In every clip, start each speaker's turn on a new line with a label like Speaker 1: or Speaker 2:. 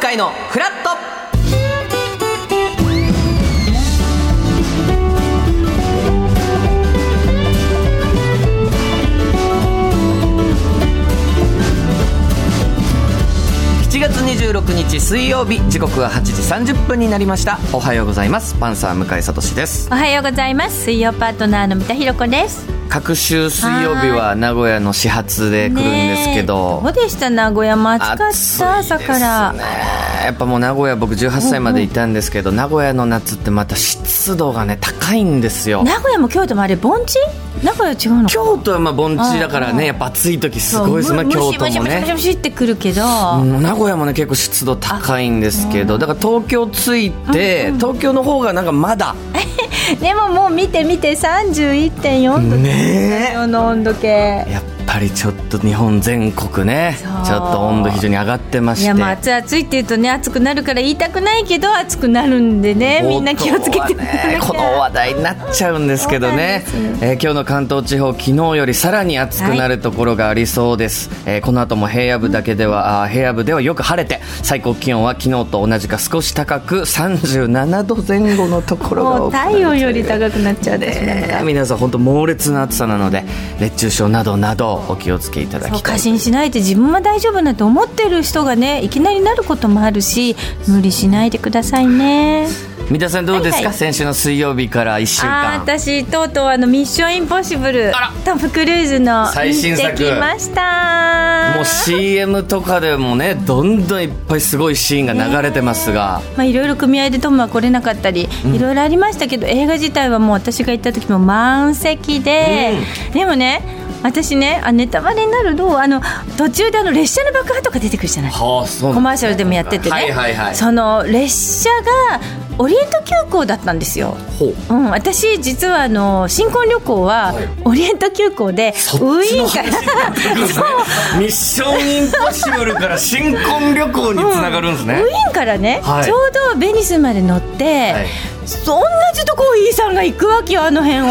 Speaker 1: 回のフラット7月26日水曜日時刻は8時30分になりましたおはようございますパンサー向井聡です
Speaker 2: おはようございます水曜パートナーの三田寛子です
Speaker 1: 各週水曜日は名古屋の始発で来るんですけど、
Speaker 2: ねえどうでした名古屋も暑かった朝から
Speaker 1: ねやっぱもう名古屋僕18歳までいたんですけど、名古屋の夏ってまた湿度がね高いんですよ
Speaker 2: 名古屋も京都もあれ盆地名古屋は違うのか
Speaker 1: 京都はまあ盆地だから
Speaker 2: うんう
Speaker 1: ねやっぱ暑い時すごいですね
Speaker 2: む
Speaker 1: 京
Speaker 2: むし
Speaker 1: 都
Speaker 2: むし
Speaker 1: も
Speaker 2: むしむし
Speaker 1: ね
Speaker 2: むしってくるけど、
Speaker 1: うん名古屋もね結構湿度高いんですけどだから東京着いて、東京の方がなんかまだ
Speaker 2: でももう見て見て31.4度
Speaker 1: ね
Speaker 2: 今日の温度計
Speaker 1: えやっぱりちょっと日本全国ね
Speaker 2: そう
Speaker 1: ちょっと温度非常に上がってま
Speaker 2: い
Speaker 1: して
Speaker 2: やまあ暑い暑いって言うとね暑くなるから言いたくないけど暑くなるんでねみんな気をつけて
Speaker 1: 冒
Speaker 2: く
Speaker 1: 頭
Speaker 2: だ
Speaker 1: は
Speaker 2: さい
Speaker 1: ねこの話題になっちゃうんですけどね
Speaker 2: そうなん、
Speaker 1: えー今日の関東地方昨日よりさらに暑くなるところがありそうです、えーこの後も平野部だけでは、あー平野部ではよく晴れて最高気温は昨日と同じか少し高く37度前後のところが
Speaker 2: も
Speaker 1: 多
Speaker 2: う
Speaker 1: くなる
Speaker 2: 体温より高くなっちゃう私なん
Speaker 1: ね
Speaker 2: か
Speaker 1: え皆さん本当猛烈な暑さなので熱中症などなどお気をつけいただ
Speaker 2: そう
Speaker 1: きた
Speaker 2: 過
Speaker 1: い
Speaker 2: 信しないで自分は大丈夫なんて思ってる人がねいきなりなることもあるし無理しないでくださいね
Speaker 1: 三田さんどうですか、
Speaker 2: はいはい
Speaker 1: 先週の水曜日から1週
Speaker 2: あー
Speaker 1: 間
Speaker 2: 私とうとうあの「ミッションインポッシブル」トム・クルーズの
Speaker 1: 最新作
Speaker 2: 見てきました
Speaker 1: もう CM とかでもねどんどんいっぱいすごいシーンが流れてますが、
Speaker 2: まあ、いろいろ組合でトムは来れなかったり、いろいろありましたけど映画自体はもう私が行った時も満席で、でもね私ねあネタバレになるどうあの途中であの列車の爆破とか出てくるじゃない
Speaker 1: はあそう
Speaker 2: コマ
Speaker 1: な
Speaker 2: ー
Speaker 1: んだ
Speaker 2: シャルでもやっててね、
Speaker 1: はいはいはい
Speaker 2: その列車がオリエント急行だったんですよ。
Speaker 1: ほう
Speaker 2: うん、私実はあの新婚旅行はオリエント急行でウ
Speaker 1: そっち
Speaker 2: ィー
Speaker 1: の
Speaker 2: ンか
Speaker 1: 話
Speaker 2: ら
Speaker 1: になってくるんですねミッションインポッシブルから新婚旅行につながるんですね
Speaker 2: ウィ、ーンからね、
Speaker 1: はい
Speaker 2: ちょうどベニスまで乗って、
Speaker 1: はい
Speaker 2: そ同じとこをイーさんが行くわけよあの辺をで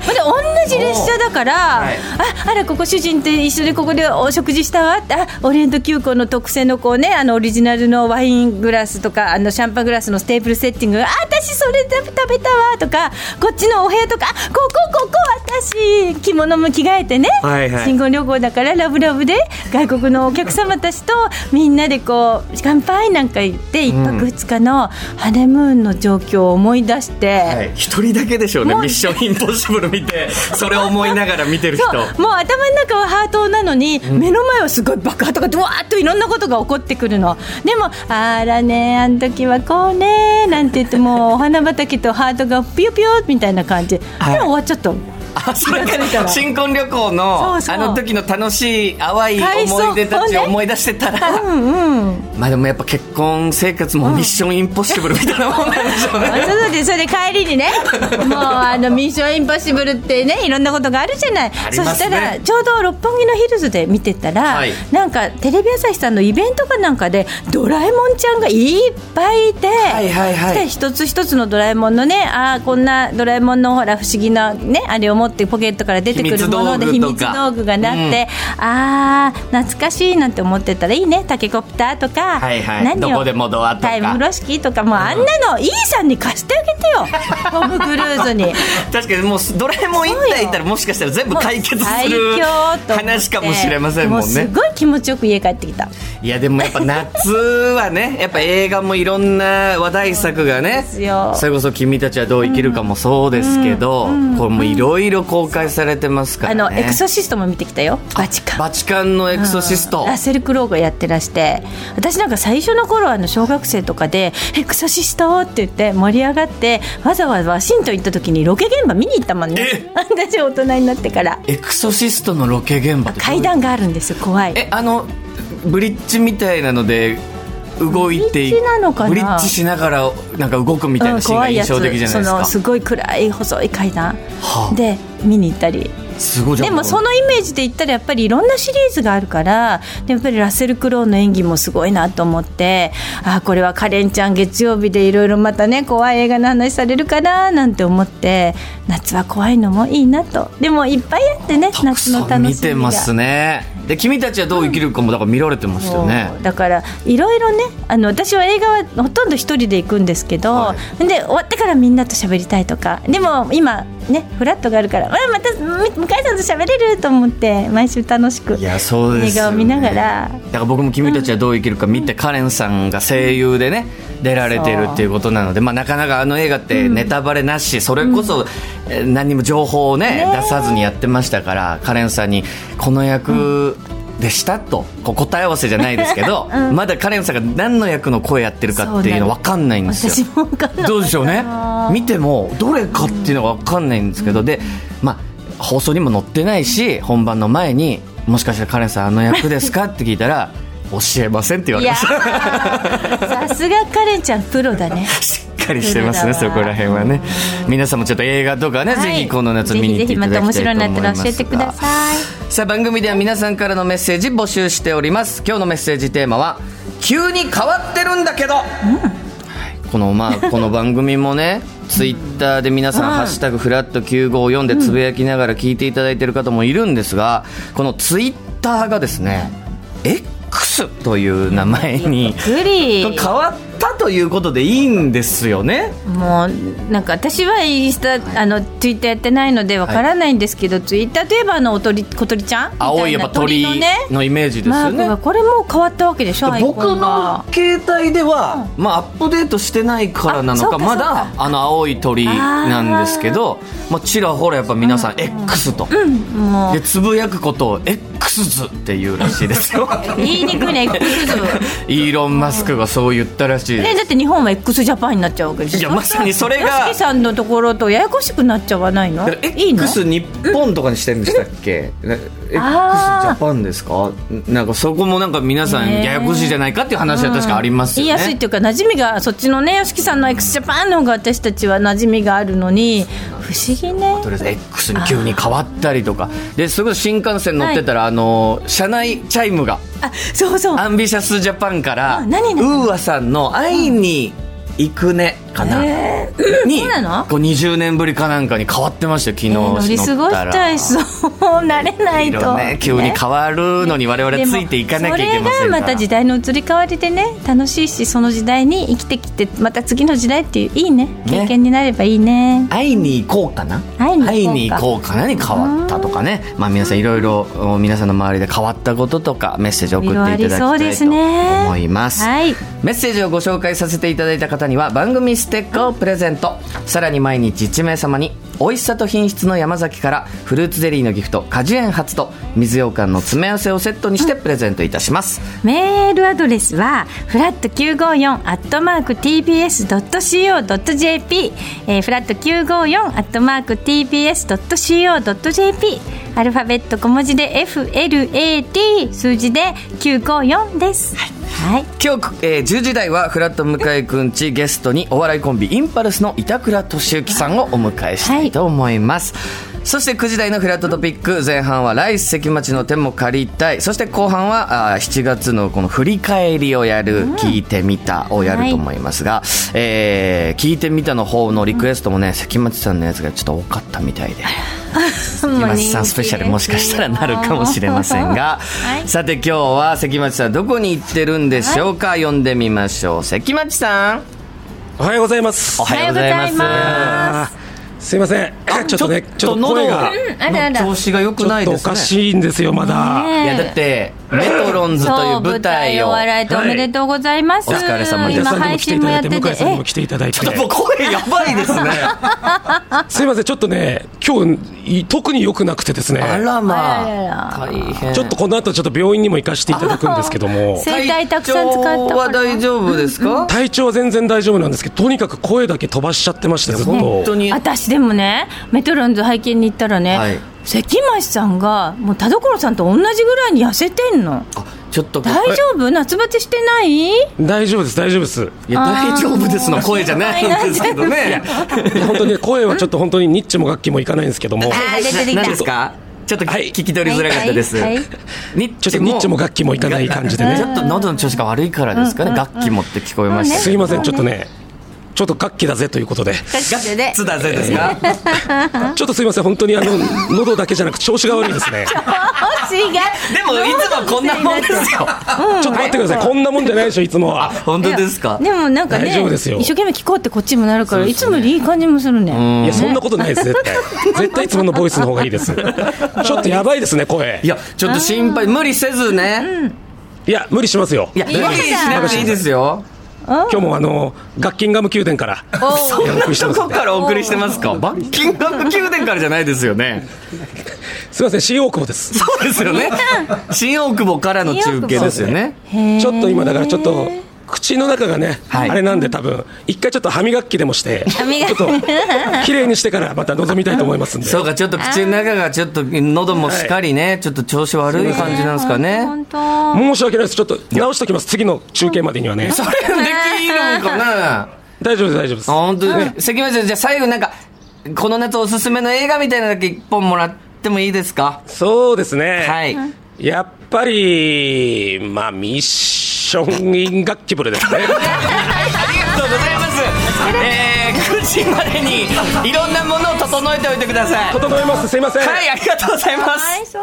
Speaker 2: 同じ列車だから、
Speaker 1: はい
Speaker 2: ああらここ主人と一緒にここでお食事したわってあオリエント急行の特製のこうねあのオリジナルのワイングラスとかあのシャンパングラスのステープルセッティングあ私それ食べ食べたわとかこっちのお部屋とかあここここ私着物も着替えてね、
Speaker 1: はいはい
Speaker 2: 新婚旅行だからラブラブで外国のお客様たちとみんなでこう乾杯なんか言って一泊二日のハネムーンの状況を思い出して、
Speaker 1: はい、一人だけでしょうねミッションインポッシブル見てそれを思いながら見てる人
Speaker 2: そうもう頭の中はハートなのに、目の前はすごい爆破とかドワーッといろんなことが起こってくるのでもあらねあの時はこうねなんて言ってもうお花畑とハートがピュピュみたいな感じ、
Speaker 1: はい
Speaker 2: で終わっちゃったの
Speaker 1: あそれ
Speaker 2: 気がついた
Speaker 1: から新婚旅行の
Speaker 2: そうそう
Speaker 1: あの時の楽しい淡い思い出たちを思い出してたら、
Speaker 2: うんうん
Speaker 1: まあでもやっぱ結婚生活もミッションインポッシブルみたいなもんなんでしょうね、
Speaker 2: あそうでそれで帰りにねもうあの「ミッションインポッシブル」ってねいろんなことがあるじゃない、
Speaker 1: り
Speaker 2: そ
Speaker 1: ま
Speaker 2: し
Speaker 1: すね
Speaker 2: たらちょうど六本木のヒルズで見てたら、
Speaker 1: はい
Speaker 2: なんかテレビ朝日さんのイベントかなんかでドラえもんちゃんがいっぱいいて、
Speaker 1: いはいはい
Speaker 2: そしたら一つ一つのドラえもんのねあーこんなドラえもんのほら不思議なねあれを持ってポケットから出てくるもので
Speaker 1: 秘
Speaker 2: 秘
Speaker 1: 密道具
Speaker 2: 密
Speaker 1: とか
Speaker 2: 道具がなって、あー懐かしいなんて思ってたらいいねタケコプターとか、
Speaker 1: はいはい
Speaker 2: 何を
Speaker 1: どこでもドアとか
Speaker 2: タイム風呂敷とかもうあんなのイーさんに貸して あげてよトム・クルーズに。
Speaker 1: 確かにもうドラえもん一体いたらもしかしたら全部解決する話かもしれませんも
Speaker 2: うんす
Speaker 1: ね
Speaker 2: ごい気持ちよく家帰ってきた
Speaker 1: いやでもやっぱ夏はねやっぱ映画もいろんな話題作が
Speaker 2: そうで
Speaker 1: ね
Speaker 2: すよ
Speaker 1: それこそ「君たちはどう生きるか」もそうですけど、これもいろいろ公開されてますか
Speaker 2: あ
Speaker 1: ら
Speaker 2: の
Speaker 1: ね
Speaker 2: エクソシストも見てきたよバチカン
Speaker 1: バチカンのエクソシスト、
Speaker 2: ラッセル・クロウがやってらして私なんか最初の頃あの小学生とかで「エクソシスト!」って言って盛り上がってわざわざワシントン行った時にロケ現場見に行ったもんね 私大人になってから
Speaker 1: エクソシストのロケ現場ってどういう
Speaker 2: 階段があるんですよ怖い
Speaker 1: えあのブリッジみたいなので動いてい
Speaker 2: ブリッジなのかな
Speaker 1: ブリッジしながらなんか動くみたいなシーンが印象的じゃない
Speaker 2: そ
Speaker 1: ですか、
Speaker 2: のすごい暗い細い階段
Speaker 1: はあ
Speaker 2: で見に行ったり
Speaker 1: すごいじゃん
Speaker 2: でもそのイメージで言ったらやっぱりいろんなシリーズがあるからでやっぱりラッセル・クロウの演技もすごいなと思ってあーこれはカレンちゃん月曜日でいろいろまたね怖い映画の話されるかななんて思って夏は怖いのもいいなとでもいっぱいあってね
Speaker 1: たく
Speaker 2: 夏の
Speaker 1: さん
Speaker 2: 楽
Speaker 1: 見
Speaker 2: しみ
Speaker 1: て
Speaker 2: が
Speaker 1: ますねで君たちはどう生きるかもだから見られてましたよね、
Speaker 2: だからいろいろねあの私は映画はほとんど一人で行くんですけど、
Speaker 1: は
Speaker 2: で終わってからみんなと喋りたいとかでも今ねフラットがあるから、わまたみ向井さんと喋れると思って毎週楽しく
Speaker 1: いやそうです
Speaker 2: 映
Speaker 1: よ
Speaker 2: 画を
Speaker 1: ね
Speaker 2: 見ながら
Speaker 1: だから僕も「君たちはどう生きるか」見て、カレンさんが声優でね出られてるっていうことなので、まあ、なかなかあの映画ってネタバレなし、それこそ、えー何にも情報をね出さずにやってましたからカレンさんに「この役でしたとこう答え合わせじゃないですけど、まだカレンさんが何の役の声やってるかっていうの分かんないんですよ。
Speaker 2: 私も分かんない
Speaker 1: どうでしょうね見てもどれかっていうのが分かんないんですけど、でまあ放送にも載ってないし本番の前にもしかしたらカレンさんあの役ですかって聞い たら教えませんって言 わ
Speaker 2: い
Speaker 1: れ
Speaker 2: や
Speaker 1: まし
Speaker 2: ーさすがカレンちゃんプロだ ね
Speaker 1: たしっかりしてますね
Speaker 2: そ
Speaker 1: そう
Speaker 2: だわ
Speaker 1: こら辺はね皆さんもちょっと映画とかね、
Speaker 2: はい
Speaker 1: ぜひこの夏見に行っていただきたいと思いま
Speaker 2: ぜひ
Speaker 1: す
Speaker 2: ぜひまた面白いなったら教えてください
Speaker 1: さあ番組では皆さんからのメッセージ募集しております今日のメッセージテーマは急に変わってるんだけど、はいこの まあこの番組もねツイッターで皆さん「ハッシュタグフラット9 5を読んでつぶやきながら聞いていただいてる方もいるんですがこのツイッターがですね X という名前 に
Speaker 2: グリ
Speaker 1: 変わったということでいいんですよね
Speaker 2: もうなんか私はインスタあのツイッターやってないのでわからないんですけど、ツイッターといえばあのおとり小鳥ちゃんみたいな
Speaker 1: 青いやっぱ鳥
Speaker 2: のね
Speaker 1: のイメージです
Speaker 2: マ
Speaker 1: よ
Speaker 2: ーク
Speaker 1: ね
Speaker 2: がこれもう変わったわけでしょアイコン
Speaker 1: 僕の
Speaker 2: が
Speaker 1: 携帯では、まあ、アップデートしてないからなのか
Speaker 2: あそうか
Speaker 1: まだあの青い鳥なんですけどまあ、ちらほらやっぱ皆さん X と、
Speaker 2: も
Speaker 1: でつぶやくことを X 図っていうらしいで すよ
Speaker 2: う言いにくい ね X ズ
Speaker 1: イーロン・マスクがそう言ったらしいです
Speaker 2: ねだって日本は X ジャパンになっちゃうわけでしょ
Speaker 1: いやまさにそれが
Speaker 2: 屋敷さんのところとややこしくなっちゃわないの
Speaker 1: だから
Speaker 2: いいの
Speaker 1: X 日本とかにしてるんでしたっけ、な X ジ
Speaker 2: あー
Speaker 1: ャパンですかなんかそこもなんか皆さん
Speaker 2: ね
Speaker 1: ややこしいじゃないかっていう話は確かありますよ
Speaker 2: 言い
Speaker 1: ね、
Speaker 2: やすいっていうか馴染みがそっちのね屋敷さんの X ジャパンの方が私たちは馴染みがあるのに不思議ね
Speaker 1: とりあえず X に急に変わったりとかでそれこそ新幹線乗ってたら、あの車内チャイムが
Speaker 2: あそうそう
Speaker 1: アンビシャスジャパンから
Speaker 2: あ何々
Speaker 1: ウーアさんの「会いに行くね」かな、
Speaker 2: え
Speaker 1: に
Speaker 2: そうなの
Speaker 1: こう20年ぶりかなんかに変わってましたよ昨日、
Speaker 2: 乗り過ごしちゃいそう慣れない
Speaker 1: い
Speaker 2: と
Speaker 1: ろいろね急に変わるのに我々
Speaker 2: でも
Speaker 1: ついていかなきゃいけま
Speaker 2: そ
Speaker 1: せ
Speaker 2: れが
Speaker 1: んから
Speaker 2: また時代の移り変わりでね楽しいしその時代に生きてきてまた次の時代っていういいね経験になればいいね
Speaker 1: 会いに行こうかな
Speaker 2: 会いに行こうか
Speaker 1: 行こうかなに変わったとかね、まあ、皆さんいろいろお皆さんの周りで変わったこととかメッセージを送っていただ
Speaker 2: い
Speaker 1: き
Speaker 2: ろいろありそう
Speaker 1: た
Speaker 2: で
Speaker 1: い
Speaker 2: す
Speaker 1: と
Speaker 2: ね
Speaker 1: 思います
Speaker 2: はい
Speaker 1: メッセージをご紹介させていただいた方には番組ステッカーをプレゼントさらに毎日1名様に美味しさと品質の山崎からフルーツゼリーのギフト果樹園初と水羊羹の詰め合わせをセットにしてプレゼントいたします、
Speaker 2: メールアドレスはフラット954アットマーク tbs.co.jp、えー、フラット954アットマーク tbs.co.jp アルファベット小文字で FLAT 数字で954です。はい。
Speaker 1: 今日、えー、10時台はフラット向井くんちゲストにお笑いコンビインパルスの板倉俊之さんをお迎えしたいと思います、そして9時台のフラットトピック前半は来世関町の手も借りたいそして後半はあー7月のこの振り返りをやる、聞いてみたをやると思いますが、えー聞いてみたの方のリクエストもね、関町さんのやつがちょっと多かったみたいで関町さんスペシャルもしかしたらなるかもしれませんが、
Speaker 2: はい
Speaker 1: さて今日は関町さんどこに行ってるんでしょうか、読んでみましょう関町さん
Speaker 3: おはようございます
Speaker 1: お。はようございます
Speaker 2: おは
Speaker 3: すいません。 ちょっとね、ちょっと
Speaker 1: 喉
Speaker 3: 声
Speaker 1: が
Speaker 3: が
Speaker 2: あらあら
Speaker 1: 調子が良く
Speaker 3: ちょ
Speaker 1: な
Speaker 3: っ
Speaker 1: い
Speaker 3: と
Speaker 1: で
Speaker 3: お
Speaker 1: すね
Speaker 3: かしいんですよまだ。
Speaker 1: いやだってメトロンズという舞台
Speaker 2: そう舞台お
Speaker 1: を
Speaker 2: 笑いとおめでとうございます。
Speaker 1: はいお疲れ様です
Speaker 2: 今
Speaker 3: 皆さんにも
Speaker 2: 配
Speaker 3: 来てい
Speaker 2: 信
Speaker 3: た
Speaker 2: もやっ
Speaker 3: だ
Speaker 2: て
Speaker 3: い
Speaker 2: て、
Speaker 3: て向井さんにも来ていただいて。
Speaker 1: もう声やば いですね
Speaker 3: すいません。ちょっとね、今日い特に良くなくてですね。
Speaker 1: あらま
Speaker 2: あら
Speaker 1: あ大変
Speaker 3: ちょっとこの後ちょっと病院にも行かせていただくんですけども
Speaker 2: せ。声帯たくさん使ったから
Speaker 1: 体調は大丈夫ですか、
Speaker 3: 体調は全然大丈夫なんですけど、とにかく声だけ飛ばしちゃってましてずっ
Speaker 1: 本当
Speaker 3: と。
Speaker 1: に
Speaker 2: 私でもねメトロンズ拝見に行ったらね、
Speaker 1: はい
Speaker 2: 関町さんがもう田所さんと同じぐらいに痩せてんの
Speaker 1: あちょっと
Speaker 2: 大丈夫夏バテしてない
Speaker 3: 大丈夫です大丈夫です。
Speaker 1: いや大丈夫ですの声じゃないんです けどね
Speaker 3: いや本当にね声はちょっと本当にニッチも楽器もいかないんですけども。
Speaker 2: あー出てきた
Speaker 1: 何ですかちょっと
Speaker 3: はい
Speaker 1: 聞き取りづらかったです。
Speaker 2: はいはい
Speaker 1: ニッ
Speaker 3: ちょっとニッチも楽器もいかない感じでね
Speaker 1: ちょっと喉の調子が悪いからですかね。楽器もって聞こえました
Speaker 3: す
Speaker 1: け
Speaker 3: い
Speaker 1: ど。
Speaker 3: ませんちょっとね。ちょっと楽器だぜということで、
Speaker 2: 確かにね
Speaker 1: つだぜですか
Speaker 3: ちょっとすみません、本当にあ の喉だけじゃなく調子が悪いですね。
Speaker 2: 違う
Speaker 1: でも いつもこんなもんですよ
Speaker 3: ちょっと待ってください、こんなもんじゃないでしょ、いつもは。
Speaker 1: 本当ですか
Speaker 2: でもなんかね
Speaker 3: 大丈夫ですよ
Speaker 2: 一生懸命聞こうってこっちもなるからいつもよりいい感じもするね
Speaker 3: いや、そんなことないです、絶対。絶対いつものボイスの方がいいです。ちょっとやばいですね、声。
Speaker 1: いやちょっと心配無理せずね
Speaker 3: いや、無理しますよ。
Speaker 1: いや無
Speaker 2: いい
Speaker 1: 理しなくていいですよ
Speaker 3: 今日もあの、ガッキンガム宮殿から。
Speaker 1: そん
Speaker 3: お
Speaker 1: な
Speaker 3: 送りして
Speaker 1: と
Speaker 3: ます
Speaker 1: こからお送りしてますかバッキンガム宮殿からじゃないですよね
Speaker 3: すみません、新大久保です。
Speaker 1: そうですよね新大久保からの中継ですよね
Speaker 2: へー
Speaker 3: ちょっと今だからちょっと口の中がね、
Speaker 1: はい
Speaker 3: あれなんで多分一回ちょっと歯磨きでもしてち
Speaker 2: 歯磨き
Speaker 3: ょっと綺麗にしてからまた臨みたいと思いますんで
Speaker 1: そうかちょっと口の中がちょっと喉もしっかりねちょっと調子悪い感じなんですかね
Speaker 2: 本当
Speaker 3: 申し訳ないですちょっと直しておきます次の中継までにはね
Speaker 1: それできるのか な
Speaker 3: 大丈夫です大丈夫です
Speaker 1: あ本当に関町さんじゃあ最後なんかこの夏おすすめの映画みたいなのだけ一本もらってもいいですか
Speaker 3: そうですね、
Speaker 1: はい
Speaker 3: やっぱりまあミッション イン楽器ブルです ね
Speaker 1: ありがとうございますえー、9時までにいろんなものを整えておいてください
Speaker 3: 整えますすいませ
Speaker 1: は
Speaker 3: ん
Speaker 1: いありがとうございます
Speaker 2: はいそう